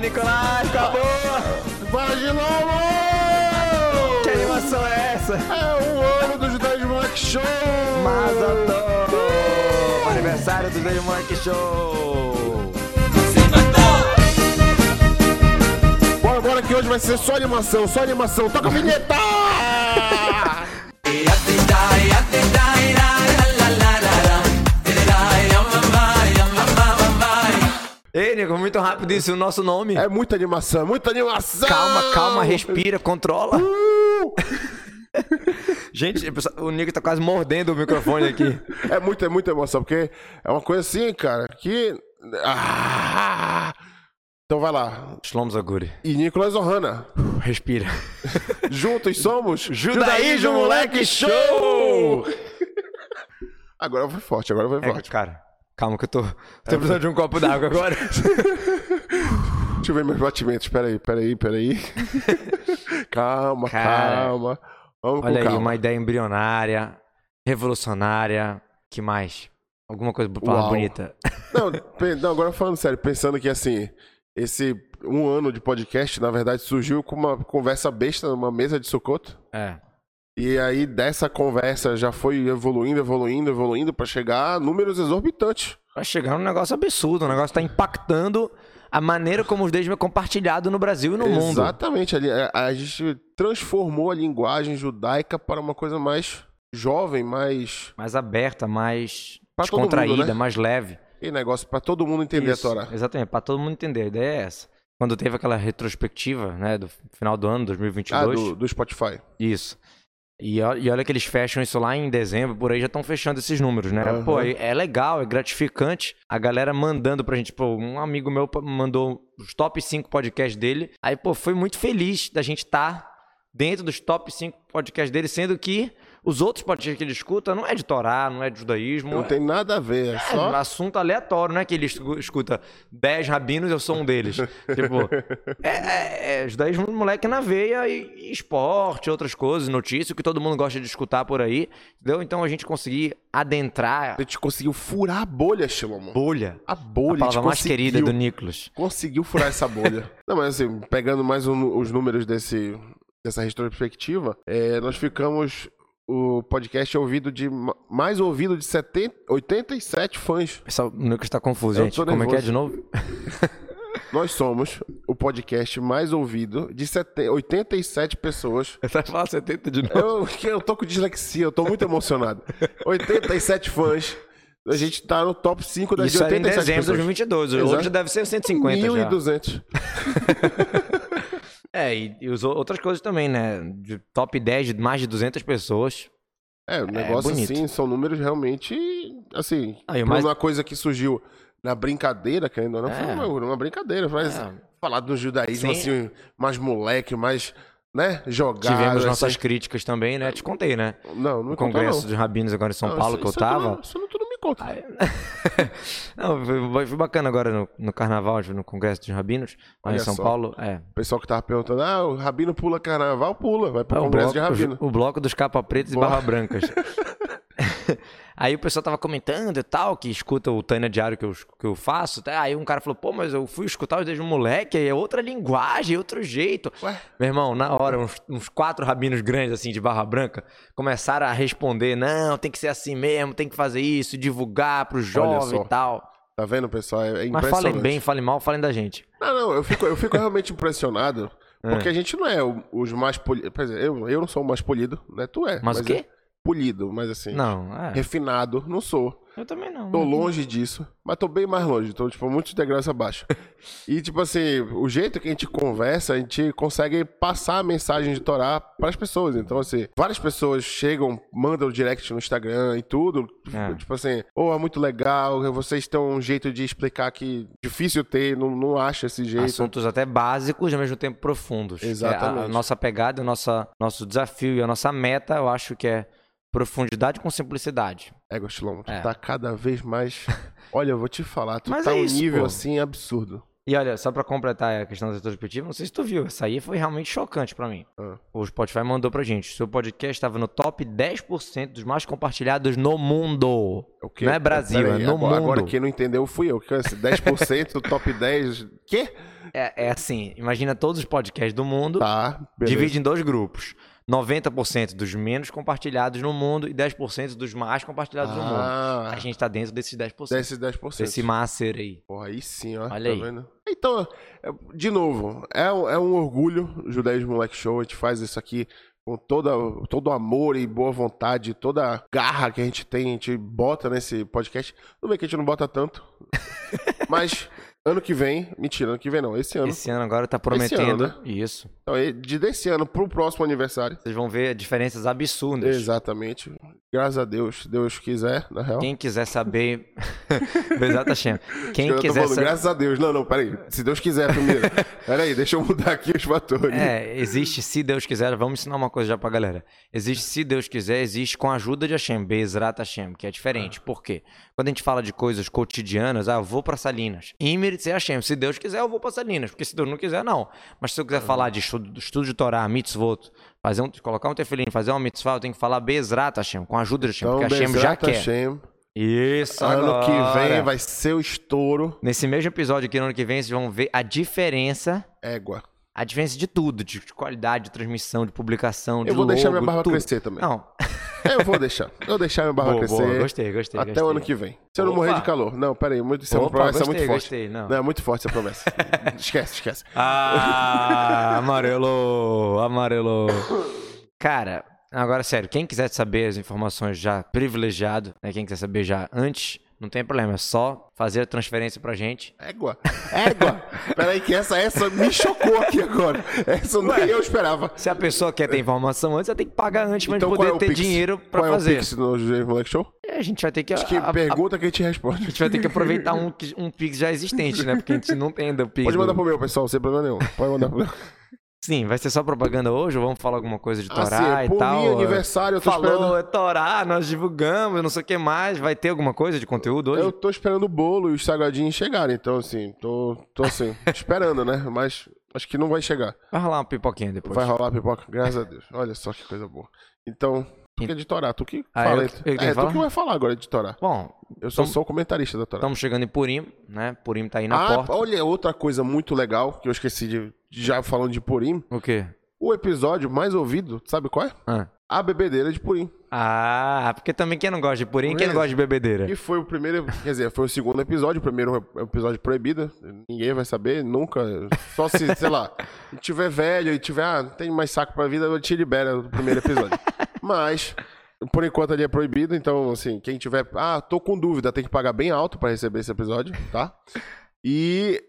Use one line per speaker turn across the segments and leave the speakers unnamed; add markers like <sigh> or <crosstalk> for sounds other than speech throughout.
Nicolás, acabou!
Bora de novo!
Que animação é essa?
É o ano dos 10 Moleque Show!
Mazatão! Aniversário do Velho Moleque Show!
Bora, bora que hoje vai ser só animação, só animação. Toca a vinheta!
Ei, nego, muito rápido isso, o nosso nome.
É muita animação, é muita animação!
Calma, calma, respira, controla. <laughs> Gente, pessoal, o Nico tá quase mordendo o microfone aqui.
É muita, é muita emoção, porque é uma coisa assim, cara, que... Ah! Então vai lá.
Shlomo Zaguri,
E Nicolas Ohana.
respira.
Juntos somos...
Judaísmo Moleque Show!
Agora foi forte, agora foi
É,
forte.
cara, calma que eu tô, tô precisando de um copo d'água agora.
Deixa eu ver meus batimentos. Peraí,
<laughs>
peraí, peraí. calma,
Cara.
calma. Vamos
Olha
com
aí,
calma.
uma ideia embrionária, revolucionária, que mais? Alguma coisa pra falar
Uau.
bonita.
Não, pe- não, agora falando sério, pensando que assim, esse um ano de podcast, na verdade, surgiu com uma conversa besta numa mesa de sucoto.
É.
E aí, dessa conversa, já foi evoluindo, evoluindo, evoluindo, pra chegar a números exorbitantes.
Tá chegando um negócio absurdo, um negócio que tá impactando a maneira como os dedos é compartilhado no Brasil e no mundo.
Exatamente. Ali, a, a gente transformou a linguagem judaica para uma coisa mais jovem, mais.
Mais aberta, mais
Pra todo mundo,
descontraída,
né?
mais leve.
E negócio pra todo mundo entender
Isso,
a Torá.
Exatamente, pra todo mundo entender. A ideia é essa. Quando teve aquela retrospectiva, né, do final do ano,
Ah,
2022.
do, do Spotify.
Isso. E, ó- e olha que eles fecham isso lá em dezembro, por aí já estão fechando esses números, né?
Aham.
Pô, é é legal, é gratificante. A galera mandando pra gente, pô, um amigo meu pa- mandou os top 5 podcasts dele. Aí, pô, foi muito feliz da gente estar dentro dos top 5 podcasts dele, sendo que os outros podcasts que ele escuta não é de Torá, não é de judaísmo.
Não
é-
tem nada a ver, é
é um
só.
assunto aleatório, não é que ele escu- escuta 10 rabinos, eu sou um
<laughs>
deles. tipo, é, é, é judaísmo moleque na veia e, e esporte, outras coisas, notícia, o que todo mundo gosta de escutar por aí. Entendeu? Então a gente conseguir adentrar
A
a
gente conseguiu furar a bolha, Shimon.
bolha,
A
a
bolha, a,
palavra
gente
mais
conseguiu,
querida do Nicolas.
conseguiu furar
<laughs>
essa bolha. Não, mas assim, pegando mais um- os números desse, dessa retrospectiva, é, nós ficamos o podcast ouvido de ma- mais ouvido de 70, 87 fãs.
Pessoal, o Nicolas tá confuso,
Eu
gente.
tô
Como é que é
nervoso.
de
<laughs>
novo?
Nós somos o podcast mais ouvido de 70, 87 pessoas.
Vai falar
é
70 de novo.
Eu, <laughs> eu tô com dislexia, eu tô muito
<laughs>
emocionado. 87 fãs. A gente tá no top 5 das
Isso
de
era em
87
dezembro de
pessoas.
2022.
Exato.
Hoje deve ser 150 já.
1.200.
É, e, e os, ou- outras coisas também, né? De top 10 de mais de 200 pessoas.
É, o negócio
bonito. Ah,
assim, são números realmente, assim,
Aí,
pra
mas-
uma coisa que surgiu na brincadeira, querendo ou não, foi
É.
uma, uma brincadeira, mas
É.
falar do judaísmo,
Sim.
assim, mais moleque, mais, né, jogado.
Tivemos
assim.
nossas críticas também, né? Te contei, né?
Não, não
No
me conta,
congresso
não.
dos rabinos agora em São
Não,
Paulo
isso- é
que eu
isso tu não-
tava.
Isso não, tu não me conta.
Não, foi, foi bacana agora no, no carnaval, no congresso dos rabinos, lá em
Olha
São
só.
Paulo. É.
O pessoal que tava perguntando, ah, o Rabino pula carnaval, pula, vai pro
É, o,
congresso
bloco,
de Rabino.
o bloco dos capa pretas e
Boa.
barra brancas. <laughs> aí o pessoal tava comentando e tal, que escuta o Tânia Diário que eu, que eu faço. tá? Aí um cara falou, pô, mas eu fui escutar desde moleque, aí é outra linguagem, é outro jeito.
Ué?
Meu irmão, na hora, uns, uns quatro rabinos grandes, assim, de Barra Branca, começaram a responder: não, tem que ser assim mesmo, tem que fazer isso, divulgar pro jovem
só.
e tal.
Tá vendo, pessoal? É, é
Mas
impressionante.
falem bem, falem mal, falem da gente.
Não, Ah, não, eu fico,
<laughs>
eu fico realmente impressionado. Porque a gente não é o- os mais polidos. Quer dizer, eu, eu não sou o mais polido, né? Tu é.
Mas o quê?
eu- polido, mas assim.
Não, Uhum. é.
Refinado, não sou.
Eu também não.
Tô longe disso, mas tô bem mais longe. Tô, tipo, muitos degraus abaixo. e, tipo assim, o jeito que a gente conversa, a gente consegue passar a mensagem de Torá pras pessoas. Então, assim, várias pessoas chegam, mandam direct no Instagram e tudo.
É.
Tipo assim, ou é muito legal, vocês têm um jeito de explicar que difícil ter, não, não acha esse jeito.
Assuntos até básicos e ao mesmo tempo profundos.
Exatamente.
É, a, a nossa pegada, o nossa, nosso desafio e a nossa meta, eu acho que é profundidade com simplicidade.
É, Gostilão, tu
É. <laughs>
tá cada vez mais. Olha, eu vou te falar, tu
Mas
tá
é
um
isso,
nível
pô.
assim absurdo.
E olha, só pra completar a questão da retrospectiva, não sei se tu viu, essa aí foi realmente chocante pra mim.
Ah.
O Spotify mandou pra gente. Seu podcast estava no top 10% dos mais compartilhados no mundo.
O quê?
Não é Brasil,
Pera aí,
é no
agora,
mundo.
Agora quem não entendeu fui eu. Que é esse 10% do top 10. Quê?
É, é assim, imagina todos os podcasts do mundo,
Tá, beleza.
divide em dois grupos. 90% dos menos compartilhados no mundo e 10% dos mais compartilhados no mundo.
Ah,
A gente tá dentro desses 10%.
desses 10%.
Desse master aí.
Porra, aí sim, ó.
Olha
tá
aí.
vendo? Então, é- de novo, é, um- é um orgulho o Judaísmo Moleque Show. A gente faz isso aqui com toda, todo o amor e boa vontade, toda a garra que a gente tem, a gente bota nesse podcast. Tudo bem que a gente não
<laughs>
bota tanto. mas ano que vem, mentira, ano que vem não, esse ano.
Esse ano agora tá prometendo.
ano,
Isso.
Então, é de desse ano pro próximo aniversário.
Vocês vão ver diferenças absurdas.
Exatamente. Graças a Deus, Deus quiser, na real.
Quem quiser saber. <laughs> Exata Shem. Quem
Eu tô
quiser
falando,
saber.
Graças a Deus. Não, não, peraí. Se Deus quiser
<laughs>
primeiro. peraí, deixa eu mudar aqui os fatores.
É,
<laughs>
existe, se Deus quiser, vamos ensinar uma coisa já pra galera. Existe, se Deus quiser, existe com a ajuda de Hashem, Bezrat Hashem, que é
Ah.
diferente. Por quê? Quando a gente fala de coisas cotidianas, ah, eu vou pra Salinas. Imerit é Hashem, se Deus quiser, eu vou pra Salinas, porque se Deus não quiser, não. Mas se eu
Ah.
quiser falar de estudo, estudo de Torá, mitzvot, fazer um, colocar um tefilim, fazer uma mitzvah, eu tenho que falar Bezrat Hashem, com a ajuda de Hashem,
Então,
É porque Hashem já
Bezrat
quer.
Hashem,
Isso,
ano
agora.
que vem vai ser o estouro.
Nesse mesmo episódio aqui, no ano que vem, vocês vão ver a diferença
Égua.
a diferença de tudo, de qualidade, de transmissão, de publicação, de
Eu vou
logo,
deixar minha barba
tudo.
crescer também.
Não. <laughs>
Eu vou deixar. Eu vou deixar minha barba
Boa,
crescer.
boa, gostei, gostei.
Até
gostei.
o ano que vem. Se eu não
Opa.
morrer de calor. Não, peraí. Muito, isso é uma
Opa,
promessa
gostei,
muito forte.
gostei, não.
é muito forte essa
<laughs>
promessa. esquece, esquece.
Ah, <laughs> amarelo, amarelo. Cara, agora sério, quem quiser saber as informações já privilegiado, né, quem quiser saber já antes, não tem problema, é só fazer a transferência pra gente.
Égua. Égua. peraí, que essa, essa me chocou aqui agora. Essa nem eu esperava.
Se a pessoa quer ter informação antes, ela tem que pagar antes, mas
Então,
poder
qual é o
ter
Pix?
dinheiro pra
qual
fazer.
é o Pix no Juiz Moleque Show?
É, a gente vai ter que,
Acho que
a- a-
pergunta que a gente responde.
a gente vai ter que aproveitar um, um Pix já existente, né? Porque a gente não tem ainda o Pix.
Pode mandar
do-
pro meu, pessoal, sem problema nenhum. Pode mandar pro meu.
Sim, vai ser só propaganda hoje ou vamos falar alguma coisa de Torá
Assim,
e
por
tal? é.
mim, aniversário, eu tô
Falou,
esperando.
é Torá, nós divulgamos, não sei o que mais. Vai ter alguma coisa de conteúdo hoje?
Eu tô esperando o bolo e os salgadinhos chegarem, então assim, tô, tô
<laughs>
assim, esperando, né? Mas acho que não vai chegar.
Vai rolar uma pipoquinha depois.
Vai rolar pipoca, graças a Deus. Olha só que coisa boa. Então, tu que é de Torá, tu que
Ah,
fala.
eu-
aí.
eu que
é, tu
falo?
que vai falar agora de Torá.
Bom,
Eu sou só o comentarista da Torá.
estamos chegando em Purim, né? Purim tá aí na
Ah,
porta.
olha, outra coisa muito legal que eu esqueci de. Já falando de Purim,
O quê?
o episódio mais ouvido, sabe qual é?
Ah.
A bebedeira de Purim.
Ah, porque também quem não gosta de Purim, quem não
Beleza.
gosta de bebedeira?
E foi o primeiro, quer dizer, foi o segundo episódio, o primeiro é- episódio proibido. Ninguém vai saber, nunca. Só se, sei lá, tiver velho e tiver, ah, não tem mais saco pra vida, eu te libera do primeiro episódio. Mas, por enquanto ele é proibido, então, assim, quem tiver, ah, tô com dúvida, tem que pagar bem alto pra receber esse episódio, tá? E.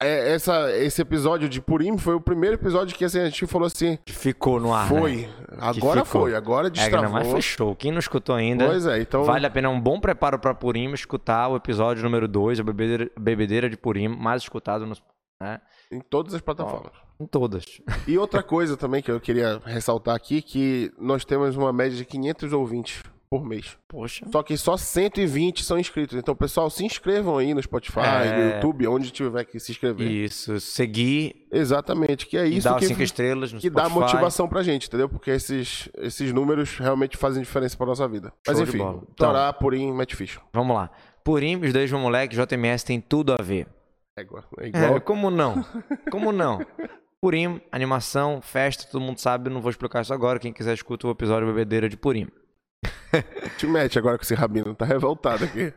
é, essa, esse episódio de Purim foi o primeiro episódio que assim, a gente falou assim:
Ficou no ar. né?
foi, agora
ficou.
foi, agora
É, não,
destravou.
mas foi show. Quem não escutou ainda,
pois é, então.
vale a pena um bom preparo pra Purim escutar o episódio número 2, a bebedeira, bebedeira de Purim, mais escutado nos, né,
Em todas as plataformas.
em todas. <laughs>
E outra coisa também que eu queria ressaltar aqui, que nós temos uma média de 500 ouvintes por mês.
Poxa.
Só que só 120 são inscritos. Então, pessoal, se inscrevam aí no Spotify,
É.
no YouTube, onde tiver que se inscrever.
Isso, seguir
Exatamente, que é
e
isso
dar
que,
cinco estrelas no
que
Spotify.
dá motivação pra gente, entendeu? Porque esses, esses números realmente fazem diferença pra nossa vida. Mas
Show de
enfim, Então,
bola. Então,
Torá, Purim, Match Fish.
Vamos lá. Purim, os dois moleques, JMS tem tudo a ver.
É igual. É
É,
igual.
como
<laughs>
não? Como não? Purim, animação, festa, todo mundo sabe, não vou explicar isso agora. Quem quiser escuta o episódio Bebedeira de Purim.
Te mete agora com esse rabino, tá revoltado aqui.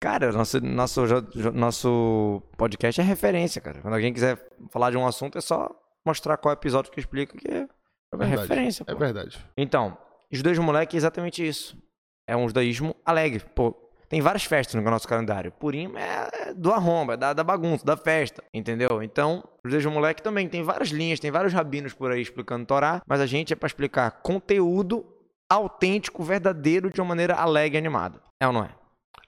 Cara, nosso, nosso, jo- jo- nosso podcast é referência, cara. Quando alguém quiser falar de um assunto, é só mostrar qual episódio que explica que é,
É verdade.
referência.
É
pô.
verdade.
Então, os dois moleques é exatamente isso. É um judaísmo alegre. Pô, tem várias festas no nosso calendário. Purim é do arromba, é da, da bagunça, da festa, entendeu? Então, os dois moleques também tem várias linhas, tem vários rabinos por aí explicando Torá, mas a gente é pra explicar conteúdo autêntico, verdadeiro, de uma maneira alegre e animada. É ou não é?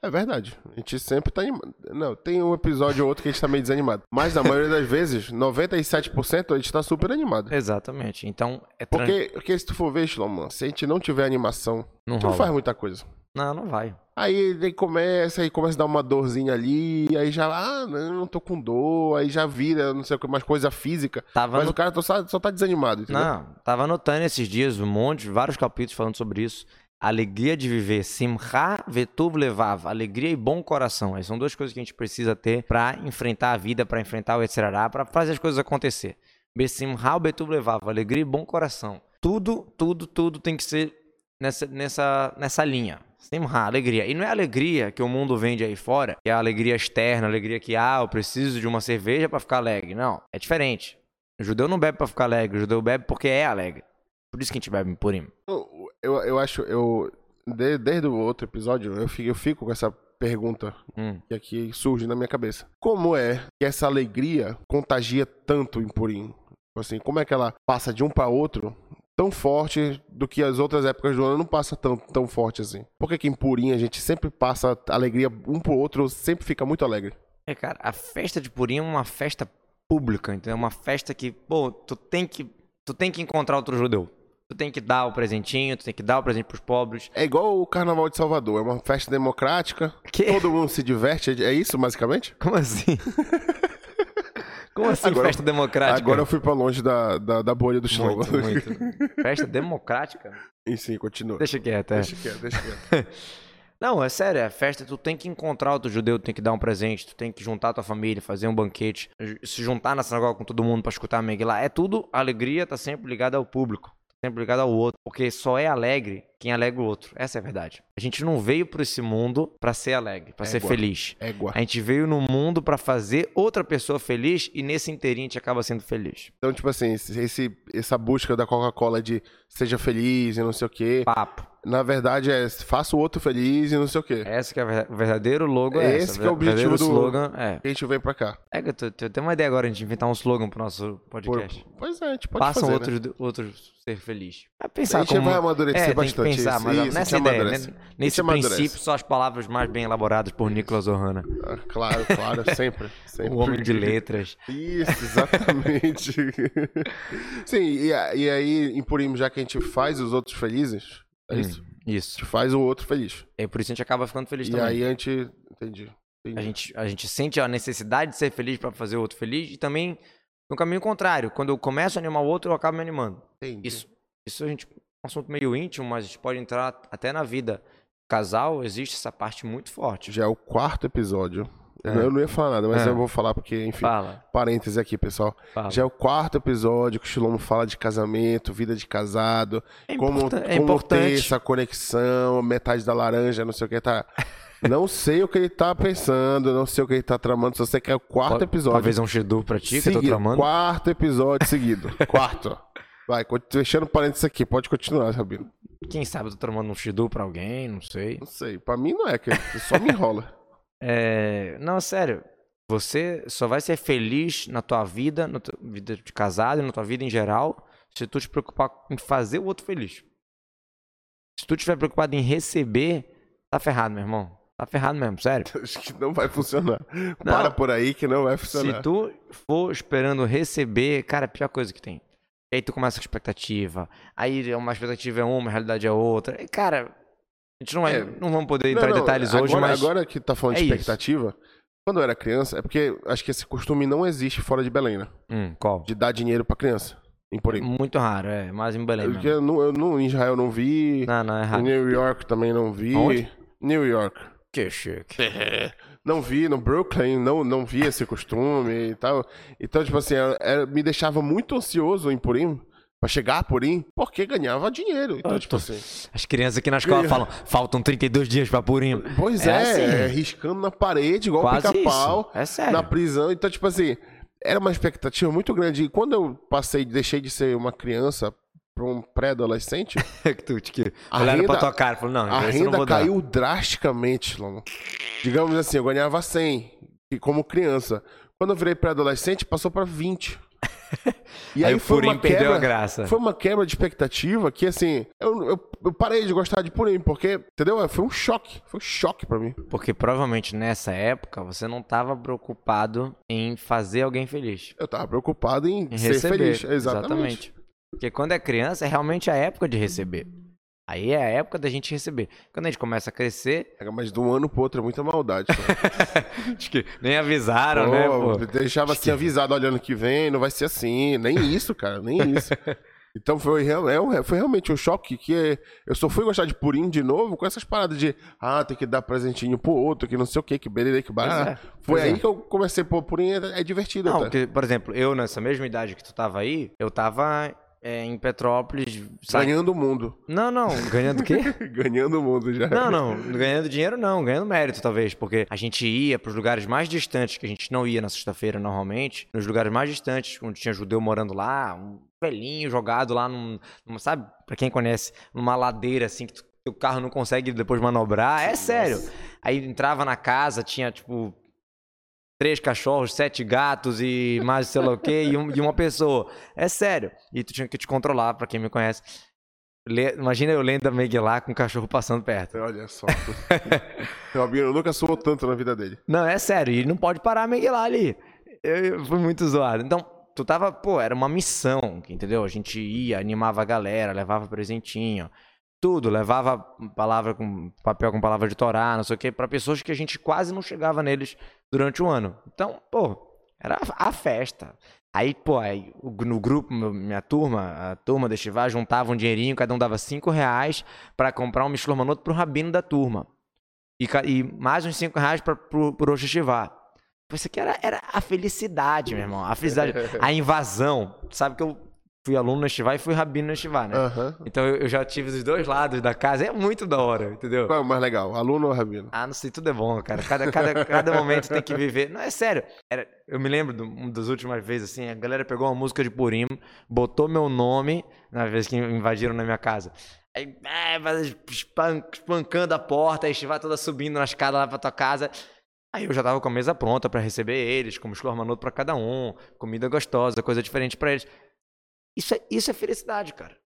É verdade. A gente sempre tá animado. Não, tem um episódio ou outro que a gente tá meio desanimado. Mas na maioria das vezes, 97% a gente tá super animado.
Exatamente. Então, é tranquilo.
Porque, porque se tu for ver, Shlomo, se a gente não tiver animação,
Não
tu não
rola.
faz muita coisa.
Não, não vai.
Aí ele começa, aí começa a dar uma dorzinha ali, aí já, ah, não, não tô com dor, aí já vira, não sei o que, mais coisa física.
Tava
mas
no
o cara tô- só, só tá desanimado, entendeu?
Não, tava anotando esses dias um monte, vários capítulos falando sobre isso. Alegria de viver, simcha vetuv levava, alegria e bom coração. Essas são duas coisas que a gente precisa ter pra enfrentar a vida, pra enfrentar o etc, pra fazer as coisas acontecer. Besimcha o betuv levava, alegria e bom coração. Tudo, tudo, tudo tem que ser nessa, nessa, nessa linha. Simha, alegria. E não é a alegria que o mundo vende aí fora, que é a alegria externa, a alegria que, ah, eu preciso de uma cerveja pra ficar alegre. Não, é diferente. O judeu não bebe pra ficar alegre, o judeu bebe porque é alegre. Por isso que a gente bebe em Purim.
Eu, eu, eu acho, eu. de- desde o outro episódio, eu fico, eu fico com essa pergunta
Hum.
que aqui surge na minha cabeça. Como é que essa alegria contagia tanto em Purim? Assim, como é que ela passa de um para outro tão forte do que as outras épocas do ano não passa tão, tão forte assim? Por que, que em Purim a gente sempre passa alegria um pro outro, sempre fica muito alegre?
É, cara, a festa de Purim é uma festa pública, entendeu? Uma festa que, pô, tu tem que, tu tem que encontrar outro judeu. Tu tem que dar o presentinho, tu tem que dar o presente pros pobres.
É igual o Carnaval de Salvador, é uma
<laughs>
festa democrática,
Que?
todo mundo se diverte, é é isso basicamente?
Como assim?
<laughs>
Como assim
Agora-
festa democrática?
Agora eu fui pra longe da, da, da bolha do Shlomo.
muito, muito. Festa democrática?
E sim, continua.
Deixa quieto, é.
Deixa quieto, deixa quieto.
<laughs> Não, é sério, é festa, tu tem que encontrar outro judeu, tu tem que dar um presente, tu tem que juntar tua família, fazer um banquete, ju- se juntar na sinagoga com todo mundo pra escutar a Megillah. É tudo, a alegria tá sempre ligada ao público, tá sempre ligada ao outro, porque só é alegre quem alegra o outro. Essa é a verdade. A gente não veio pra esse mundo pra ser alegre, pra ser
Égua.
feliz.
Égua.
A gente veio no mundo pra fazer outra pessoa feliz e nesse inteirinho a gente acaba sendo feliz.
Então, tipo assim, esse- esse- essa busca da Coca-Cola de seja feliz e não sei o quê,
Papo.
na verdade é faça o outro feliz e não sei o quê.
Essa que é a verda- o verdadeiro logo. É
Esse
essa.
que é o
O verdadeiro
objetivo do-
slogan é.
A gente vem pra cá.
É que eu tô- eu tenho uma ideia agora de inventar um slogan pro nosso
Por-
podcast.
Pois é, a gente pode
Passam
fazer,
outros
né?
outros ser feliz. Vai
A
Ah, pensar
gente
como...
vai
É,
amadurecer
tem que
bastante
pensar,
isso.
mas
Isso, a gente
nessa ideia,
amadurece.
né? nesse
Isso amadurece.
princípio, só as palavras mais bem elaboradas por Nicolas Ohana,
Ah,
<laughs>
Claro, claro, sempre, sempre.
o homem de letras. <laughs>
Isso, exatamente. Sim, e, a- e aí, em Purim, já que a gente faz os outros felizes, é
Hum.
isso? A
Isso.
gente faz o outro feliz.
É por isso que a gente acaba ficando feliz
E
também.
aí a gente... Entendi. entendi.
A gente, a gente sente a necessidade de ser feliz pra fazer o outro feliz e também no caminho contrário. Quando eu começo a animar o outro, eu acabo me animando.
Entendi.
Isso, isso a gente, um assunto meio íntimo, mas a gente pode entrar até na vida. Casal, existe essa parte muito forte.
Já é o quarto episódio.
É.
Eu não ia falar nada, mas
É.
eu vou falar porque, enfim...
Fala,
Parênteses aqui, pessoal.
fala.
Já é o quarto episódio que o Shlomo fala de casamento, vida de casado,
é,
como,
importan- é
como
importante.
ter essa conexão, metade da laranja, não sei o que tá. Não sei o que ele tá pensando, não sei o que ele tá tramando. Se você quer o quarto
Tal-
episódio.
Talvez é um Shedu pra ti que eu tô
seguido.
tramando.
Quarto
<laughs>
episódio seguido. quarto. Vai, cont- fechando parênteses aqui, pode continuar, Sabino.
Quem sabe eu tô tramando um Shedu pra alguém, não sei.
Não sei, pra mim não é, que só me enrola.
É, não, sério. Você só vai ser feliz na tua vida, na tua vida de casado, e na tua vida em geral, se tu te preocupar em fazer o outro feliz. Se tu estiver preocupado em receber, tá ferrado, meu irmão. Tá ferrado mesmo, sério.
<laughs> Acho que não vai funcionar. Para por aí que não vai funcionar.
Se tu for esperando receber, cara, é a pior coisa que tem. E aí tu começa com expectativa. Aí uma expectativa é uma, a realidade é outra. E, cara, a gente não, vai,
É.
não vamos poder
Não,
entrar em
não,
detalhes
agora,
hoje, mas.
Agora que tá falando
é
de
isso.
expectativa, quando eu era criança, é porque acho que esse costume não existe fora de Belém, né?
Hum, qual?
De dar dinheiro pra criança. Em Purim.
Muito raro, é. Mas em Belém.
Porque
mesmo.
eu, não- eu não- em Israel não vi,
Não, não, é
em
raro.
New York também não vi.
Aonde?
New York.
Que chique.
Não vi, no Brooklyn não, não vi esse costume e tal. Então, tipo assim, eu- eu me deixava muito ansioso em Purim, pra chegar a Purim, porque ganhava dinheiro. Então,
Eu
tipo
Ah, tô-
assim...
As crianças aqui na escola
Eu-
falam: faltam 32 dias pra Purim.
Pois
É
é,
assim.
é, riscando na parede, igual
Quase
pica-pau.
isso. É sério.
na prisão. Então, tipo assim, era uma expectativa muito grande. E quando eu passei, deixei de ser uma criança para um pré-adolescente,
<laughs> que tu, que <laughs>
A
olharam pra
renda-
tua cara e falaram: não, então
a
isso eu não
renda
vou dar.
caiu drasticamente, Lomo. Digamos assim, eu ganhava 100 e como criança. Quando eu virei pré-adolescente, passou
<laughs>
para 20. E
Aí
aí,
o
foi uma
Purim perdeu
quebra,
a graça.
Foi uma quebra de expectativa que, assim, eu, eu, eu parei de gostar de Purim, porque, entendeu? Foi um choque. Foi um choque para mim.
Porque provavelmente nessa época você não estava preocupado em fazer alguém feliz.
Eu tava preocupado em,
Em
ser
receber.
feliz. Exatamente.
Porque quando é criança é realmente a época de receber. Aí é a época da gente receber. Quando a gente começa a crescer, <laughs>
Cara, Mas de um ano pro outro é muita maldade.
acho que nem avisaram, né,
Pô,
pô?
Deixava assim avisado, olha, ano que vem não vai ser assim. Nem isso, cara,
<laughs>
nem isso. Então foi, real- é um- foi realmente um choque que eu só fui gostar de purim de novo com essas paradas de ah, tem que dar presentinho pro outro, que não sei o que, que bererê, que bará.
Pois é,
foi
pois
aí
é.
que eu comecei, pô, purim é, é divertido.
Não,
tá?
porque, por exemplo, eu nessa mesma idade que tu tava aí, eu tava é, em Petrópolis. sa-
Ganhando o mundo. <laughs>
Não, não, ganhando o quê?
Ganhando o mundo <laughs> já.
Não, não, ganhando dinheiro não, ganhando mérito talvez, porque a gente ia pros lugares mais distantes que a gente não ia na sexta-feira normalmente, nos lugares mais distantes, onde tinha judeu morando lá, um velhinho jogado lá num, num- sabe, pra quem conhece, numa ladeira assim que tu- o carro não consegue depois manobrar, é sério. Aí entrava na casa, tinha tipo três cachorros, sete gatos e mais sei lá o quê, e, um- e uma pessoa. É sério. E tu tinha que te controlar, pra quem me conhece. Le- Imagina eu lendo a Meguilá com o cachorro passando perto.
Olha só. <laughs> Meu amigo nunca suou tanto na vida dele.
Não, é sério, e não pode parar Miguel ali. Eu, eu fui muito zoado. Então, tu tava, pô, era uma missão, entendeu? A gente ia, animava a galera, levava presentinho, tudo, levava palavra com papel com palavra de Torá, não sei o quê, pra pessoas que a gente quase não chegava neles durante o ano. Então, pô, era a a festa. Aí, pô, aí, o- no grupo, meu- minha turma, a turma da Estivá juntava um dinheirinho, cada um dava cinco reais pra comprar um Michelin Manoto pro rabino da turma. E, ca- e mais uns 5 reais pra, pro, pro Oxixivá. Isso aqui era, era a felicidade, meu irmão. A felicidade,
<laughs>
a invasão. Tu Sabe que eu fui aluno no Oxixivá e fui rabino no Oxixivá, né?
Aham.
Então eu, eu já tive os dois lados da casa. É muito da hora, entendeu?
Qual é o mais legal? Aluno ou rabino?
<laughs> Ah, não sei, tudo é bom, cara. Cada, cada, cada momento tem que viver. Não, é sério. Era- eu me lembro de uma das últimas vezes, assim, a galera pegou uma música de Purim, botou meu nome, na vez que invadiram na minha casa. Aí, ah, mas espan- espancando a porta, a estivar toda subindo na escada lá pra tua casa. Aí eu já tava com a mesa pronta pra receber eles, com um manuto pra cada um, comida gostosa, coisa diferente pra eles. Isso é, isso é felicidade, cara.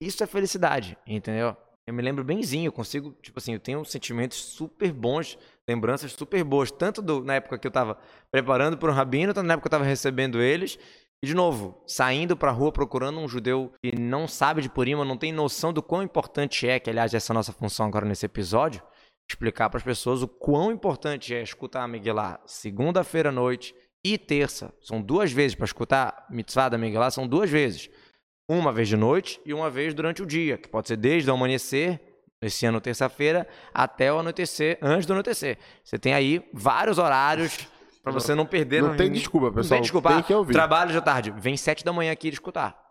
Isso é felicidade, entendeu? Eu me lembro benzinho, eu consigo, tipo assim, eu tenho sentimentos super bons, lembranças super boas, tanto do- na época que eu tava preparando para um rabino, tanto na época que eu tava recebendo eles, e de novo, saindo pra rua procurando um judeu que não sabe de Purima, não tem noção do quão importante é, que aliás essa é a nossa função agora nesse episódio, explicar pras pessoas o quão importante é escutar a Miguelá segunda-feira à noite e terça. São duas vezes pra escutar Mitzvah da Miguelá, são duas vezes uma vez de noite e uma vez durante o dia, que pode ser desde o amanhecer, esse ano terça-feira, até o anoitecer, antes do anoitecer. Você tem aí vários horários pra você não perder.
Não tem desculpa, pessoal.
Não tem desculpa.
Tem
Ah,
que ouvir.
Trabalho de tarde, vem sete da manhã aqui escutar.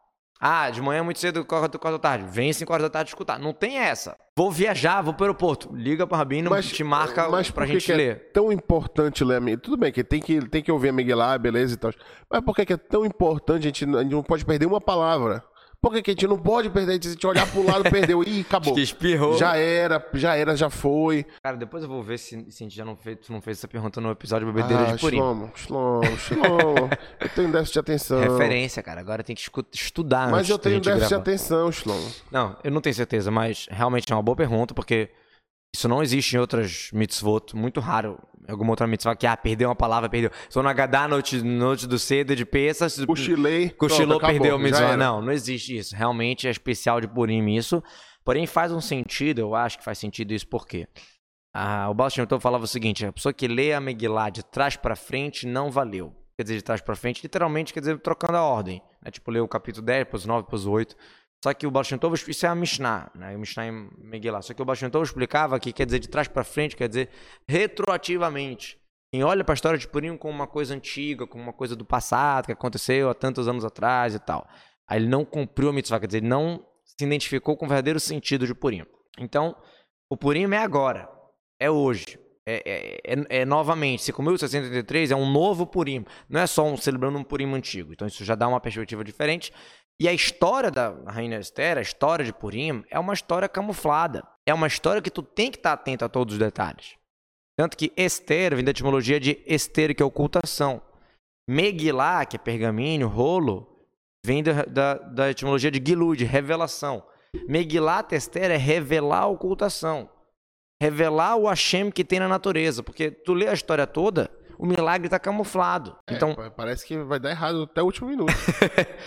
Ah, de manhã é muito cedo, quatro quatro da tarde. Vem cinco horas da tarde escutar. Não tem essa. Vou viajar, vou pro aeroporto. Liga pro Rabino, te marca
mas
pra
por que
gente
que é
ler.
tão importante ler a Miguel. Tudo bem que tem que, tem que ouvir a Miguel lá, beleza e tal. Mas por que, que é tão importante? A gente, não- a gente não pode perder uma palavra. Por que, que a gente não pode perder? Se a gente olhar pro lado, perdeu. Ih, acabou.
Que espirrou.
Já era, já era, já foi.
Cara, depois eu vou ver se, se a gente já não fez, tu não fez essa pergunta no episódio Bebedeira
Ah,
de Purim.
Shlomo, Shlomo,
<laughs>
Shlomo. eu tenho um déficit de atenção.
Referência, cara. Agora tem que escu- estudar
Mas
antes
eu
da
tenho um
gente
déficit de
gravar.
atenção, Shlomo.
Não, eu não tenho certeza, mas realmente é uma boa pergunta, porque isso não existe em outras mitzvot. Muito raro em alguma outra mitzvah que, ah, perdeu uma palavra, perdeu. Só no Gadá, noite, noite do cedo de peças.
Cochilei.
<laughs> Cochilou,
pronto, acabou,
perdeu o
já
Mizuan.
era.
Não, não existe isso. Realmente é especial de Purim isso. Porém, faz um sentido, eu acho que faz sentido isso, por quê? Ah, o Bastian Tov falava o seguinte: a pessoa que lê a Megillah de trás pra frente não valeu. Quer dizer, de trás pra frente, literalmente quer dizer trocando a ordem. Né? Tipo, ler o capítulo 10, depois o 9, depois o 8. Só que o Bastian Tov, isso é a Mishnah, né? O Mishnah em Megillah. Só que o Bastian Tov explicava que quer dizer de trás pra frente, quer dizer retroativamente. Quem Assim, olha pra história de Purim como uma coisa antiga, como uma coisa do passado, que aconteceu há tantos anos atrás e tal. Aí ele não cumpriu a mitzvah, quer dizer, ele não se identificou com o verdadeiro sentido de Purim. Então, o Purim é agora, é hoje, é, é, é, é novamente. 5.683 é um novo Purim, não é só um celebrando um Purim antigo. Então isso já dá uma perspectiva diferente. E a história da Rainha Esther, a história de Purim, é uma história camuflada. É uma história que tu tem que estar atento a todos os detalhes. Tanto que Esther vem da etimologia de ester, que é ocultação. Megilá, que é pergaminho, rolo, vem da, da, da etimologia de Gilu, de revelação. Megilá Esther é revelar a ocultação. Revelar o Hashem que tem na natureza. Porque tu lê a história toda, o milagre tá camuflado.
É,
então,
pa- parece que vai dar errado até o último
<laughs>
minuto.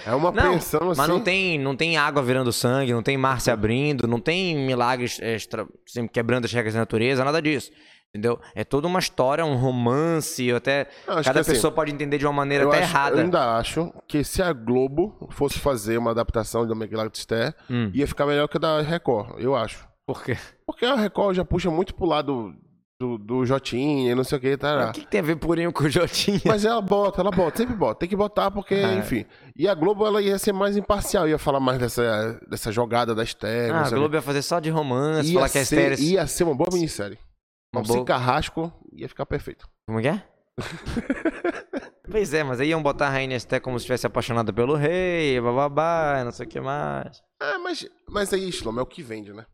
é uma
Não,
apreensão assim.
mas não tem, não tem água virando sangue, não tem mar se abrindo, não tem milagres extra, assim, quebrando as regras da natureza, nada disso. Entendeu? É toda uma história, um romance, ou até
Não, acho
cada
que, assim,
pessoa pode entender de uma maneira
eu
até
acho-
tá errada.
Eu ainda acho que se a Globo fosse fazer uma adaptação de Milagre de Esther,
Hum.
ia ficar melhor que a da Record, eu acho.
Por quê?
Porque a Record já puxa muito pro lado do, do Jotinha e não sei o que,
O
tará.
que, é? que tem a ver purinho com o Jotinha?
Mas ela bota, ela bota, sempre bota. Tem que botar porque,
É.
enfim. E a Globo, ela ia ser mais imparcial, ia falar mais dessa, dessa jogada da Esther.
Ah,
não
a
sei o quê.
Globo ia fazer só de romance, falar que
É, ia,
a
ser,
Estéria.
ia ser uma boa minissérie.
Uma
Um
boa-
sem carrasco, ia ficar perfeito.
Como que é?
<laughs>
pois é, mas aí iam botar a Rainha Esté como se estivesse apaixonada pelo rei, bababá, não sei o que mais.
Ah, mas, mas aí, Shlomo, é o que vende, né?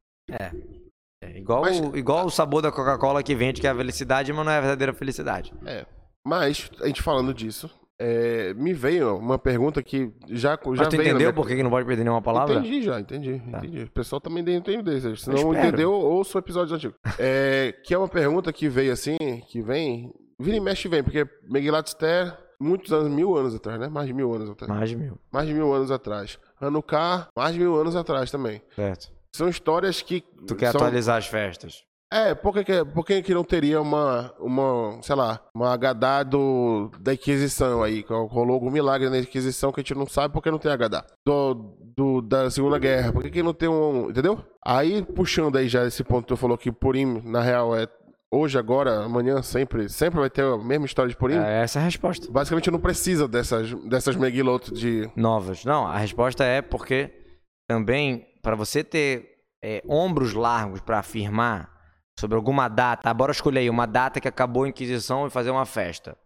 É, igual,
Mas-
o- igual o sabor da Coca-Cola que vende, que é a felicidade, mas não é a verdadeira felicidade.
É. Mas, a gente falando disso, é, me veio uma pergunta que já,
mas
já
tu
veio. na
entendeu
minha-
por que que não pode perder nenhuma palavra? Tá.
Entendi já, entendi, entendi. O pessoal também deve entender. Se
Eu
não
espero.
entendeu, ouça o episódio antigo. É, que é uma pergunta que veio assim, que vem. Vira e mexe e vem, porque Megilatster, muitos anos, mil anos atrás, né? Mais de mil anos atrás.
Mais de mil.
Mais de mil anos atrás. Hanukkah, mais de mil anos atrás também.
Certo.
São histórias que.
Tu quer
são-
atualizar as festas.
É, por que, que, por que que não teria uma, uma, sei lá, uma Hadá do, da Inquisição aí? que Rolou algum milagre na Inquisição que a gente não sabe por que não tem Hadá. Do, do, da Segunda Guerra, por que, que não tem um, entendeu? Aí, puxando aí já esse ponto que tu falou que Purim, na real, é hoje, agora, amanhã, sempre, sempre vai ter a mesma história de Purim.
É, essa é a resposta.
Basicamente, não precisa dessas, dessas megilotes de...
novas. Não, a resposta é porque também, para você ter é, ombros largos para afirmar sobre alguma data, ah, bora escolher aí uma data que acabou a Inquisição e fazer uma festa,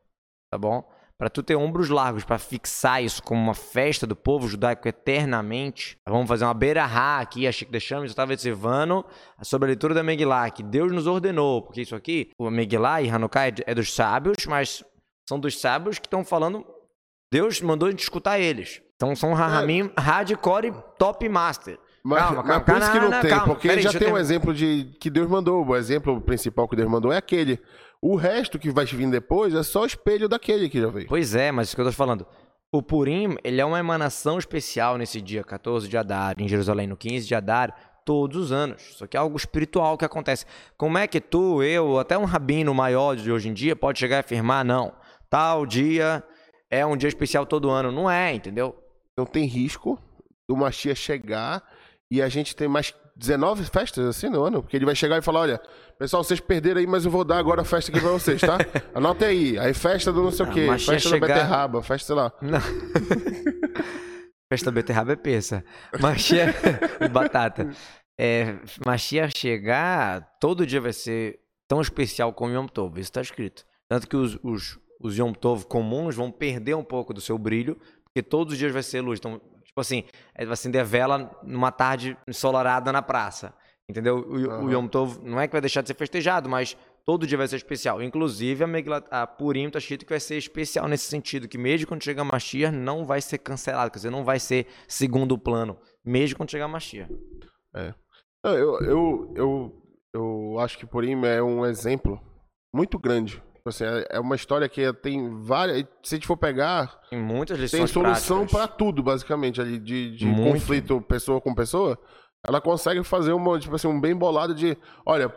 tá bom? Para tu ter ombros largos para fixar isso como uma festa do povo judaico eternamente, vamos fazer uma beira-rá aqui, a Chico de Chames, Otávio de Silvano, sobre a leitura da Megilá, que Deus nos ordenou, porque isso aqui, o Megilá e Hanukkah é de- é dos sábios, mas são dos sábios que estão falando Deus mandou a gente escutar eles. Então são Rahamim, hardcore e top master.
Mas,
Calma,
mas
calma,
por isso que não
calma,
tem,
calma,
porque
peraí,
já
deixa eu
tem um
terminar.
exemplo de que Deus mandou. O exemplo principal que Deus mandou é aquele. O resto que vai vir depois é só o espelho daquele que já veio.
Pois é, mas isso que eu tô falando. O Purim, ele é uma emanação especial nesse dia, 14 de Adar, em Jerusalém, no 15 de Adar, todos os anos. Isso aqui é algo espiritual que acontece. Como é que tu, eu, ou até um rabino maior de hoje em dia pode chegar e afirmar, não, tal dia é um dia especial todo ano. Não é, entendeu?
Então tem risco do Machia chegar e a gente tem mais 19 festas assim no ano, porque ele vai chegar e falar, olha, pessoal, vocês perderam aí, mas eu vou dar agora a festa aqui pra vocês,
<laughs>
tá? Anote aí. Aí festa do não sei o
Ah,
quê,
Mashiach
festa da
chegar-
beterraba, festa sei lá.
Não. Festa beterraba é peça. Machia e <laughs> batata. É, Machia chegar, todo dia vai ser tão especial como Yom Tov. Isso está escrito. Tanto que os, os, os Yom Tov comuns vão perder um pouco do seu brilho, porque todos os dias vai ser luz. Então, tipo assim, é, vai acender vela numa tarde ensolarada na praça. Entendeu? O, o
Aham.
Yom Tov não é que vai deixar de ser festejado, mas todo dia vai ser especial. Inclusive, a, Megillat, a Purim tá escrito que vai ser especial nesse sentido, que mesmo quando chegar a Mashiach, não vai ser cancelado, quer dizer, não vai ser segundo plano, mesmo quando chegar a Mashiach.
Não, Eu, eu, eu, eu acho que Purim é um exemplo muito grande. Tipo assim, é- é uma história que tem várias. Se a gente for pegar,
Tem muitas lições
tem solução pra
práticas.
tudo, basicamente, ali, de, de
Muito.
conflito pessoa com pessoa. Ela consegue fazer uma, tipo assim, um bem bolado de. Olha,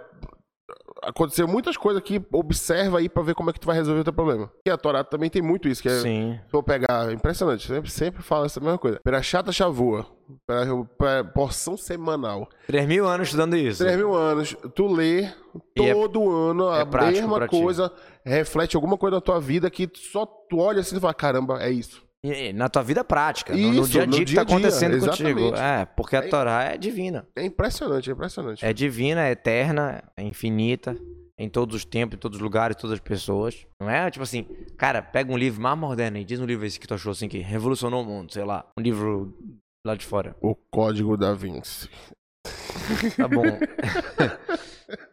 aconteceu muitas coisas aqui, observa aí pra ver como é que tu vai resolver o teu problema. E a Torá também tem muito isso, que é,
Sim.
se eu pegar, impressionante, sempre, sempre fala essa mesma coisa. Pera chata chavua, pera, pera- porção semanal.
3 mil anos estudando isso.
3 mil anos, tu lê
E é-
todo ano a
é prático
mesma
pra ti.
coisa, reflete alguma coisa na tua vida que só tu olha assim e fala, caramba, é isso.
E- e Na tua vida prática, no- no
Isso,
dia a
no
dia que
dia
tá
a dia,
acontecendo contigo.
exatamente.
É, porque a
É-
Torá é divina.
É impressionante, é impressionante.
É divina, é eterna, é infinita, em todos os tempos, em todos os lugares, todas as pessoas. Não é tipo assim, cara, pega um livro mais moderno e diz um livro esse que tu achou assim que revolucionou o mundo, sei lá, um livro lá de fora.
<laughs> O código da Vinci.
Tá bom. <laughs>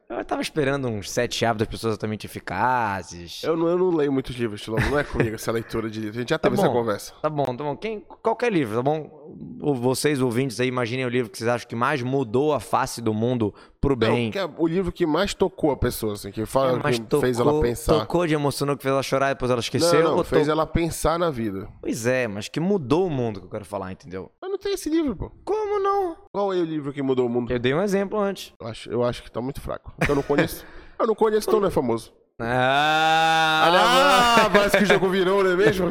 Eu tava esperando uns sete hábitos das pessoas altamente eficazes.
Eu não, eu não leio muitos livros, Tilão. Não é comigo essa leitura de livro. A gente já teve
bom.
essa conversa.
Tá bom, tá bom. Quem, qualquer livro, tá bom? Ou Vocês ouvintes aí, imaginem o livro que vocês acham que mais mudou a face do mundo pro
Não,
bem. É, Ah,
que é o livro que mais tocou a pessoa, assim, que fala
Mas
que fez ela pensar.
Tocou de emocionou que fez ela chorar, depois ela
Não,
esqueceu.
não,
ou
fez
to-
ela pensar na vida.
Pois é, mas que mudou o mundo que eu quero falar, entendeu?
Mas não tem esse livro, pô.
Como não?
Qual é o livro que mudou o mundo?
Eu dei um exemplo antes.
Eu acho, eu acho que tá muito fraco. Eu
<laughs>
não conheço. eu não conheço, então não é famoso.
Ah!
Ah, <laughs> parece que o jogo virou, não
<laughs>
é mesmo?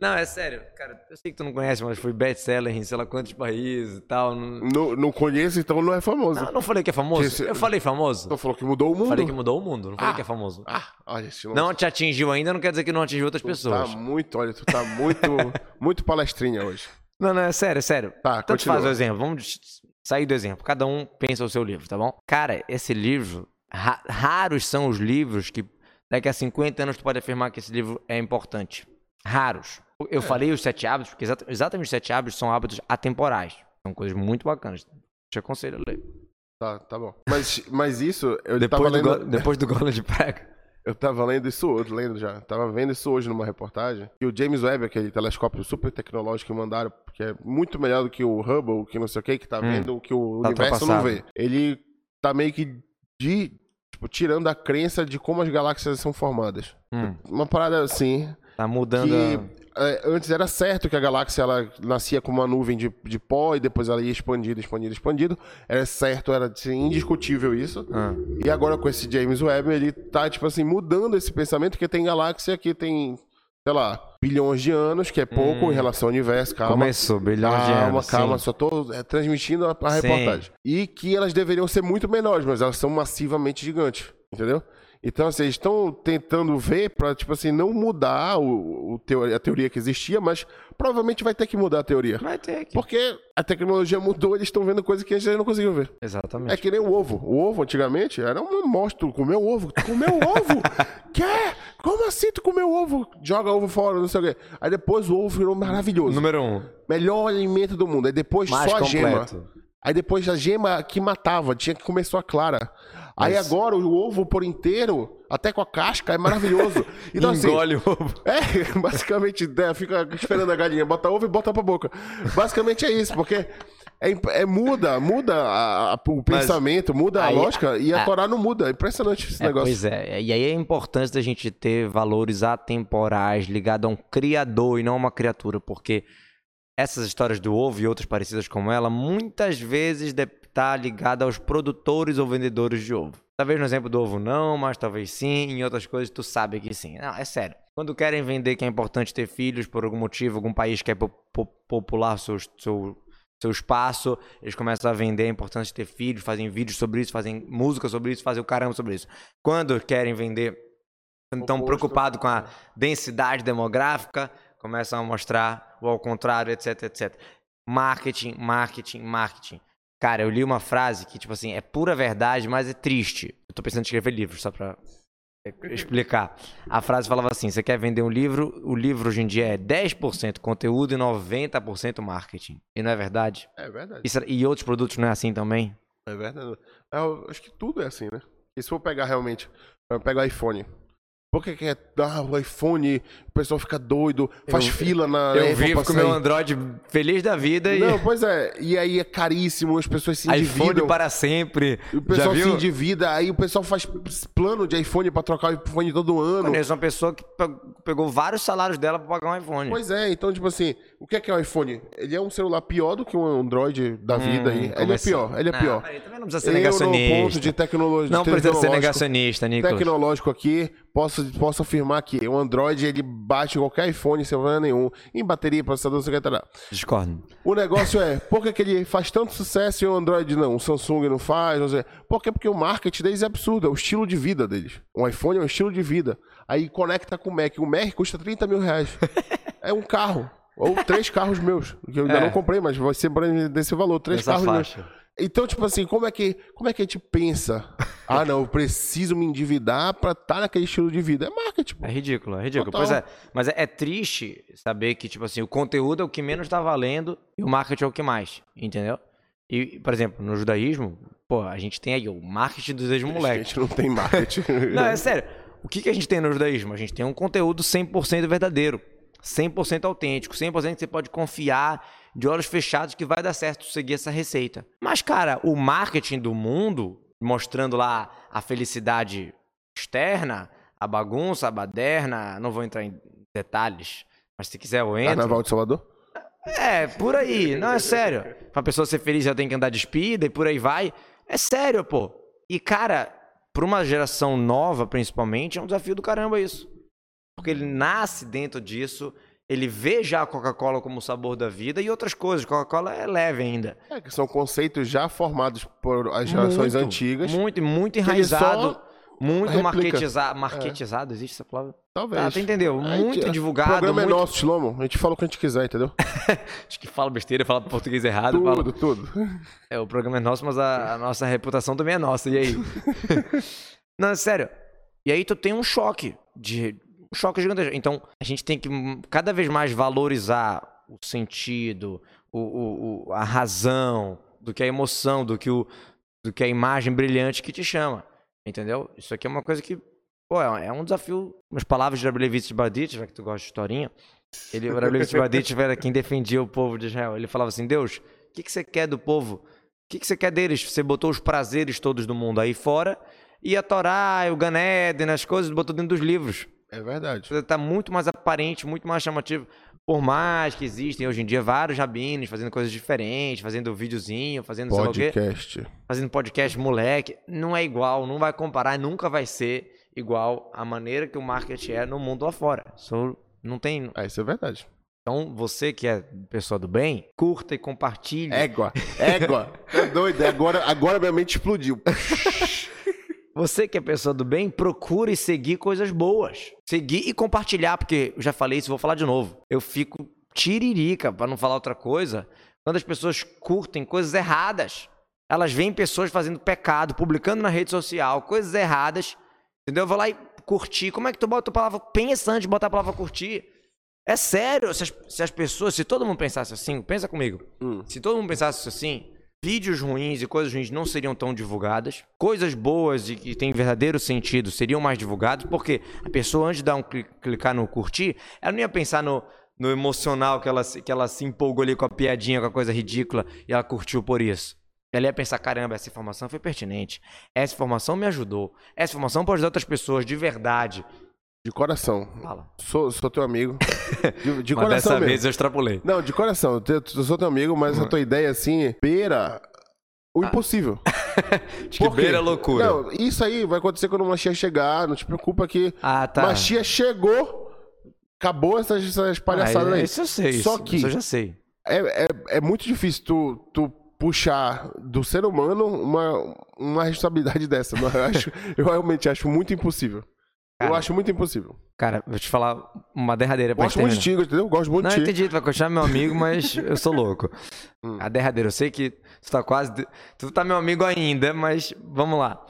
Não, é sério, cara, eu sei que tu não conhece, mas foi best-seller em sei lá quantos países e tal. Não,
não, não conheço, então não é famoso.
não, eu não falei que é famoso?
Que esse-
Eu falei famoso?
Então falou que mudou o mundo.
Falei que mudou o mundo, não falei
Ah.
que é famoso.
Ah, olha esse nome.
Não te atingiu ainda, não quer dizer que não atingiu outras
Tá
pessoas.
muito, olha, tu tá
<laughs>
muito, muito palestrinha hoje.
Não, não, é sério, é sério.
Tá,
então te
continua.
faz o exemplo, vamos des- sair do exemplo. Cada um pensa o seu livro, tá bom? Cara, esse livro, ra- raros são os livros que daqui a 50 anos tu pode afirmar que esse livro é importante. Raros.
É.
Eu falei os sete hábitos, porque exata- exatamente os sete hábitos são hábitos atemporais. São coisas muito bacanas. Te aconselho a ler.
Tá, tá bom. Mas, mas isso, eu tava
Depois, do,
lendo...
go- depois do Gola de Praga.
Eu tava lendo isso hoje, lendo já. Tava vendo isso hoje numa reportagem. Que o James Webb, aquele telescópio super tecnológico que mandaram, que é muito melhor do que o Hubble, que não sei o que, que tá vendo o que o
tá
universo não
ultrapassado.
vê. Ele tá meio que de, tipo, tirando a crença de como as galáxias são formadas.
Hum,
Uma parada assim,
tá mudando.
que
a-
é, antes era certo que a galáxia ela nascia com uma nuvem de, de pó e depois ela ia expandindo, expandindo, expandindo. Era certo, era assim, indiscutível isso.
Ah.
E agora com esse James Webb, ele tá, tipo assim, mudando esse pensamento que tem galáxia que tem, sei lá, bilhões de anos, que é pouco em relação ao universo, calma.
Começou, bilhão
Calma,
Hum. de
calma,
anos. sim.
só tô é, transmitindo a, a
Sim.
reportagem. E que elas deveriam ser muito menores, mas elas são massivamente gigantes, entendeu? Então, assim, eles estão tentando ver pra, tipo assim, não mudar o, o teo- a teoria que existia, mas provavelmente vai ter que mudar a teoria.
Vai ter aqui.
Porque a tecnologia mudou, eles estão vendo coisa que antes eles não conseguiam ver.
Exatamente.
É que nem o ovo. O ovo, antigamente, era um monstro. Comeu ovo. Tu comeu
<laughs>
ovo? Quer? Como assim tu comeu ovo? Joga ovo fora, não sei o quê. Aí depois o ovo virou maravilhoso.
Número um.
Melhor alimento do mundo. Aí depois
Mais
só a
completo.
gema. Aí depois a gema que matava, tinha que comer só a clara. Aí
Mas-
agora o ovo por inteiro, até com a casca,
<laughs>
é maravilhoso. Então assim,
Engole o ovo.
é, <laughs> basicamente, né, fica esperando a galinha, bota ovo e bota pra boca. Basicamente é isso, porque é, imp- é- muda, muda a- a- o pensamento, muda a
aí-
lógica e a, Torá não muda. É impressionante esse
É,
negócio.
Pois é, e aí a importância da gente ter valores atemporais ligados a um criador e não a uma criatura, porque essas histórias do ovo e outras parecidas como ela, muitas vezes deve estar ligada aos produtores ou vendedores de ovo. Talvez no exemplo do ovo não, mas talvez sim, em outras coisas tu sabe que sim. Não, é sério. Quando querem vender que é importante ter filhos por algum motivo, algum país quer po- po- popular seus, seu, seu espaço, eles começam a vender a importância de ter filhos, fazem vídeos sobre isso, fazem música sobre isso, fazem o caramba sobre isso. Quando querem vender, estão
Oposto.
preocupados com a densidade demográfica, começam a mostrar o ao contrário, etc, etc. Marketing, marketing, marketing. Cara, eu li uma frase que, tipo assim, é pura verdade, mas é triste. Eu tô pensando em escrever livro, só pra é, explicar. A frase falava assim: você quer vender um livro, o livro hoje em dia é 10% conteúdo e 90% marketing. E não é verdade?
É verdade.
E, será- e outros produtos não é assim também?
É verdade. Eu acho que tudo é assim, né? E se for pegar realmente, eu pego o iPhone. Por que, que é. Ah, o iPhone, o pessoal fica doido, faz
Eu-
fila na.
Eu
Apple
vivo
pra
com o
sair.
meu Android feliz da vida e
Não, pois é. E aí é caríssimo, as pessoas se
iPhone
endividam.
para sempre.
E o
Já
pessoal se
viu?
endivida, aí o pessoal faz plano de iPhone pra trocar o iPhone todo ano.
Conheço uma pessoa que pe- pegou vários salários dela pra pagar um iPhone.
Pois é, então, tipo assim, o que é que é o iPhone? Ele é um celular pior do que um Android da vida aí. Ele é
começa-
pior, ele é
Hum, Ah,
pior.
peraí, também não precisa ser
Eu, no ponto
negacionista.
de tecnologia.
Não precisa ser
tecnológico-
negacionista, Nicolas.
Tecnológico aqui, posso, posso afirmar que o Android ele bate qualquer iPhone sem problema nenhum, em bateria, processador, secretário.
Discordo.
O negócio é, por que, que ele faz tanto sucesso e o Android não? O Samsung não faz, não sei. Por quê? Porque o marketing deles é absurdo, é o estilo de vida deles. Um iPhone é um estilo de vida. Aí conecta com o Mac. O Mac custa 30
<laughs>
mil reais. É um carro. Ou três carros meus. Que eu ainda
É.
não comprei, mas vai ser desse valor. Três
Nessa
carros
faixa.
meus. Então, tipo assim, como é que, como é que a gente pensa?
<laughs>
Ah, não, eu preciso me endividar pra estar naquele estilo de vida. É marketing. pô.
É ridículo, é ridículo.
Total.
Pois é, mas é, é triste saber que, tipo assim, o conteúdo é o que menos tá valendo e o marketing é o que mais, entendeu? E, por exemplo, no judaísmo, pô, a gente tem aí o marketing dos
A
ex-moleques.
gente não tem marketing.
É, <laughs> Não, é sério. O que, que a gente tem no judaísmo? A gente tem um conteúdo 100% verdadeiro, 100% autêntico, 100% que você pode confiar de olhos fechados que vai dar certo seguir essa receita. Mas, cara, o marketing do mundo, mostrando lá a felicidade externa, a bagunça, a baderna, não vou entrar em detalhes, mas se quiser eu entro.
Carnaval de Salvador?
É, por aí. Não, é sério. Pra pessoa ser feliz, ela tem que andar despida e por aí vai. É sério, pô. E, cara, pra uma geração nova, principalmente, é um desafio do caramba isso. Porque ele nasce dentro disso, ele vê já a Coca-Cola como o sabor da vida e outras coisas. Coca-Cola é leve ainda.
É, que são conceitos já formados por as gerações
Muito,
antigas.
Muito, muito
ele só
enraizado. Muito
replica. É.
marketizado. Marketizado, existe essa palavra?
Talvez.
Tá, tu entendeu?
A gente-
Muito
O
divulgado.
É, programa
Muito...
é nosso, Shlomo. A gente fala o que a gente quiser, entendeu?
Acho que fala besteira, fala português errado. fala-
tudo, tudo.
É, o programa é nosso, mas a, a nossa reputação também é nossa. E aí? Não, é sério. E aí tu tem um choque de um choque gigantesco. Então, a gente tem que hum, cada vez mais valorizar o sentido, o, o- o- a razão, do que a emoção, do que, o, do que a imagem brilhante que te chama. Entendeu? Isso aqui é uma coisa que, pô, é um- é um desafio. Umas palavras de Rablevitz Badit, já que tu gosta de historinha. Ele, o Rablevitz Badit era quem defendia o povo de Israel. Ele falava assim: Deus, o que, que você quer do povo? O que, que você quer deles? Você botou os prazeres todos do mundo aí fora e a Torá, e o Ganeden, as coisas, botou dentro dos livros.
É verdade.
Está tá muito mais aparente, muito mais chamativo. Por mais que existem hoje em dia vários rabinos fazendo coisas diferentes, fazendo videozinho, fazendo sei lá o quê
Podcast.
fazendo podcast moleque, não é igual, não vai comparar, nunca vai ser igual a maneira que o marketing é no mundo lá fora. So, não tem.
É, isso é verdade.
Então, você que é pessoa do bem, curta e compartilhe.
Égua.
<laughs>
Égua. tá doido? Agora, agora minha mente explodiu.
Você que é pessoa do bem, procure seguir coisas boas. Seguir e compartilhar, porque eu já falei isso, vou falar de novo. Eu fico tiririca, pra não falar outra coisa, quando as pessoas curtem coisas erradas. Elas veem pessoas fazendo pecado, publicando na rede social, coisas erradas. Entendeu? Eu vou lá e curtir. Como é que tu bota a palavra? Pensa antes de botar a palavra curtir. É sério, se as, se as pessoas, se todo mundo pensasse assim, pensa comigo.
Hum.
Se todo mundo pensasse assim, vídeos ruins e coisas ruins não seriam tão divulgadas. Coisas boas e que têm verdadeiro sentido seriam mais divulgadas, porque a pessoa, antes de dar um cli- clicar no curtir, ela não ia pensar no, no emocional que ela, se- que ela se empolgou ali com a piadinha, com a coisa ridícula, e ela curtiu por isso. Ela ia pensar, caramba, essa informação foi pertinente. Essa informação me ajudou. Essa informação pode ajudar outras pessoas de verdade.
De coração.
Fala.
Sou, sou teu amigo.
<laughs>
De, de
Mas
coração
dessa
mesmo.
vez Hum. eu extrapolei.
Não, de coração. Eu, te- eu sou teu amigo, mas a tua ideia, assim, beira o impossível.
Ah. Acho que
Por quê?
beira a loucura.
Não, isso aí vai acontecer quando o Machia chegar. Não te preocupa que
Ah, tá.
Machia chegou, acabou essas, essas palhaçadas
Ah,
aí.
Isso eu sei.
Só
isso-
que-
Isso eu já sei.
É, é, é muito difícil tu, tu puxar do ser humano uma, uma responsabilidade <laughs> dessa. Mas eu, acho, eu realmente acho muito impossível. eu
Cara.
acho muito impossível.
Cara, vou te falar uma derradeira pra
Gosto
gente
muito de
terminar.
ti, entendeu? Gosto muito
Não,
um de
eu
ti.
entendi, tu vai continuar meu amigo, mas eu sou louco. A derradeira, eu sei que tu tá quase... de- Tu tá meu amigo ainda, mas vamos lá.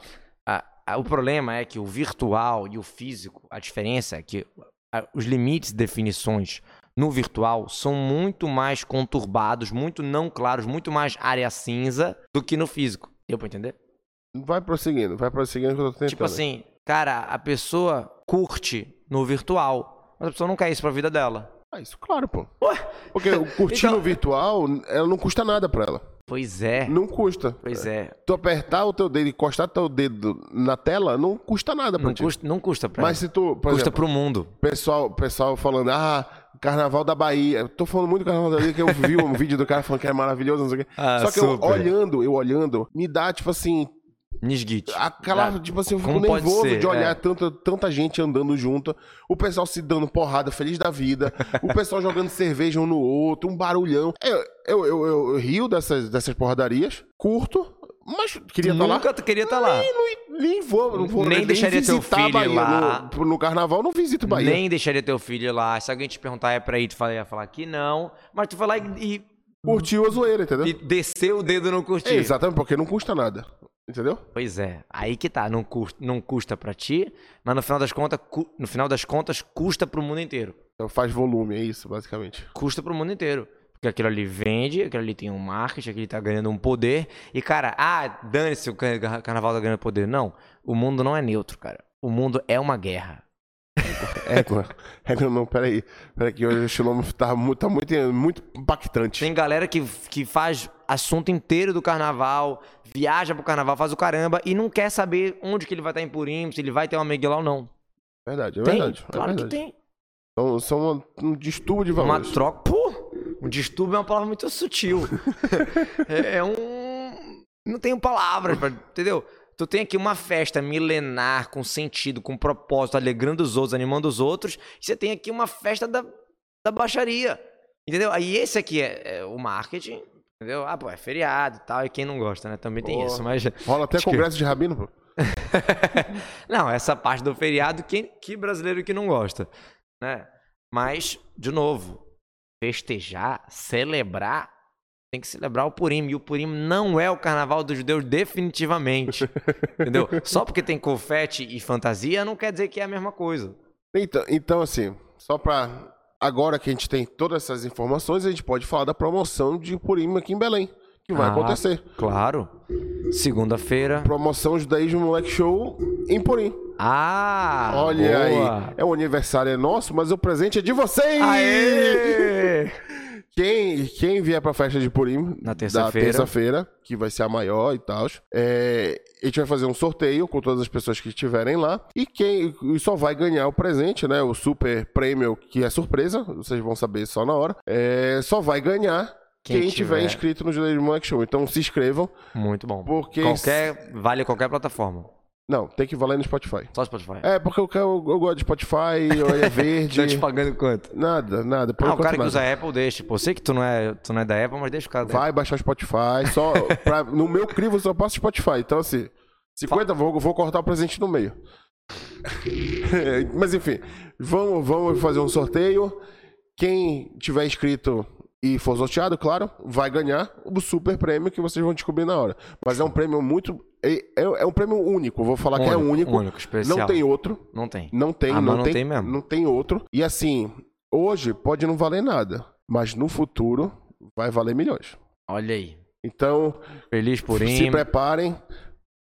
A- a- o problema é que o virtual e o físico, a diferença é que a- os limites e definições no virtual são muito mais conturbados, muito não claros, muito mais área cinza do que no físico. Deu pra entender?
Vai prosseguindo, vai prosseguindo que eu tô tentando.
Tipo assim, cara, a pessoa curte no virtual, mas a pessoa não quer isso pra vida dela.
Ah, isso, claro, pô.
Ué?
Porque o curtir
Então-
no virtual, ela não custa nada pra ela.
Pois é,
Não custa.
pois é.
Tu apertar o teu dedo e encostar teu dedo na tela, não custa nada pra
Não
ti.
custa, não custa pra
Mas
ela.
se tu, por
Custa
exemplo,
pro mundo.
pessoal, pessoal falando, ah, Carnaval da Bahia. Eu tô falando muito do Carnaval da Bahia, que eu
<laughs>
vi um vídeo do cara falando que é maravilhoso, não sei o quê.
Ah,
Só que
super.
eu olhando, eu olhando, me dá, tipo assim,
Nisguite.
aquela,
Dá-
tipo assim, eu fico
Ah, como pode
nervoso
ser,
de
é.
olhar tanta, tanta gente andando junto, o pessoal se dando porrada, feliz da
<laughs>
vida, o pessoal jogando cerveja um no outro, um barulhão. Eu, eu, eu, eu- eu rio dessas, dessas porradarias, curto, mas queria estar lá.
Nunca tu queria estar lá.
E não- nem vou, não vou
Nem deixaria teu
visitar
filho
a Bahia.
lá.
No, no carnaval não visito Bahia.
Nem deixaria teu filho lá. Se alguém te perguntar, é pra ir, tu fala- ia falar que não. Mas tu vai lá e,
Curtiu a zoeira, entendeu?
e, e desceu o dedo no curtir.
É, exatamente, porque não custa nada. Entendeu?
Pois é, aí que tá, não custa, não custa para ti, mas no final das contas, cu- no final das contas custa pro mundo inteiro.
Então faz volume, é isso, basicamente.
Custa pro mundo inteiro. Porque aquilo ali vende, aquilo ali tem um marketing, aquilo ali tá ganhando um poder. E, cara, ah, dane-se o car- carnaval tá ganhando poder. Não, o mundo não é neutro, cara. O mundo é uma guerra. É.
Égua, égua não, peraí. Peraí que hoje o Shilom tá, mu- tá muito, muito impactante.
Tem galera que, que faz assunto inteiro do carnaval, viaja pro carnaval, faz o caramba e não quer saber onde que ele vai estar em Purim, se ele vai ter uma amiga lá ou não.
Verdade, é
Tem,
verdade. é
claro que
verdade.
tem.
São, são um, um distúrbio de
Uma
valores.
troca. Pô, um distúrbio é uma palavra muito
<laughs>
sutil. é, é um. Não tenho palavras, pra- entendeu? Tu tem aqui uma festa milenar, com sentido, com propósito, alegrando os outros, animando os outros. E você tem aqui uma festa da, da baixaria. Entendeu? Aí esse aqui é, é o marketing. Entendeu? Ah, pô, é feriado e tal. E quem não gosta, né? Também tem
Boa.
isso. Mas.
Rola até
Acho que-
congresso de rabino, pô.
Não, essa parte do feriado, quem, que brasileiro que não gosta, né? Mas, de novo, festejar, celebrar, tem que celebrar o Purim. E o Purim não é o carnaval dos judeus
<laughs>
definitivamente, entendeu? Só porque tem confete e fantasia não quer dizer que é a mesma coisa.
Então, então, assim, só pra. Agora que a gente tem todas essas informações, a gente pode falar da promoção de Purim aqui em Belém, que vai
Ah.
acontecer.
Claro. Segunda-feira.
Promoção Judaísmo Moleque Show em Purim.
Ah!
Olha
boa.
aí, é o aniversário é nosso, mas o presente é de vocês!
Aê!
Quem, quem vier pra festa de Purim,
Na
da
terça-feira.
terça-feira, que vai ser a maior e tal, a gente vai fazer um sorteio com todas as pessoas que estiverem lá. E quem e só vai ganhar o presente, né? O super prêmio, que é surpresa, vocês vão saber só na hora. é, só vai ganhar quem,
Quem
tiver
tiver.
inscrito no Judaísmo Action. Então se inscrevam,
Muito bom.
porque.
Qualquer, vale qualquer plataforma.
Não, tem que valer no Spotify.
Só Spotify.
É, porque eu, quero- eu gosto de Spotify,
<laughs>
olha verde.
Tá te pagando quanto?
Nada, nada. Por
Ah, o
enquanto
cara que
nada.
usa Apple deixa. Pô, sei que tu não é, tu não é da Apple, mas deixa o cara. da
Né? Vai baixar o Spotify.
<laughs>
Só pra- no meu crivo eu só passo Spotify. Então, assim, 50, vou, vou cortar o presente no meio. <laughs> É, Mas, enfim, vamos, vamos fazer um sorteio. Quem tiver inscrito e for sorteado, claro, vai ganhar o super prêmio que vocês vão descobrir na hora. Mas é um prêmio muito. É, é- é um prêmio único, vou falar que é
Único,
único.
único, especial.
Não tem outro.
Apple. Não tem.
Não tem,
Ah,
não,
mas não
tem,
tem mesmo.
Não tem outro. E assim, hoje pode não valer nada, mas no futuro vai valer milhões.
Olha aí.
Então,
Feliz
se
Purim.
preparem.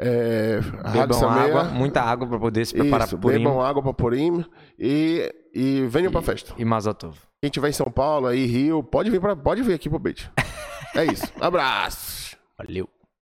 É, Rádio
Bebam
Sameia,
água, muita água pra poder se preparar
Isso,
pro Purim
bebam água pra Purim e, e venham pra festa.
e Mazatov.
Quem tiver
<laughs>
em São Paulo, aí Rio, pode vir, pra, pode vir aqui pro Beach. É isso. Abraço!
Valeu.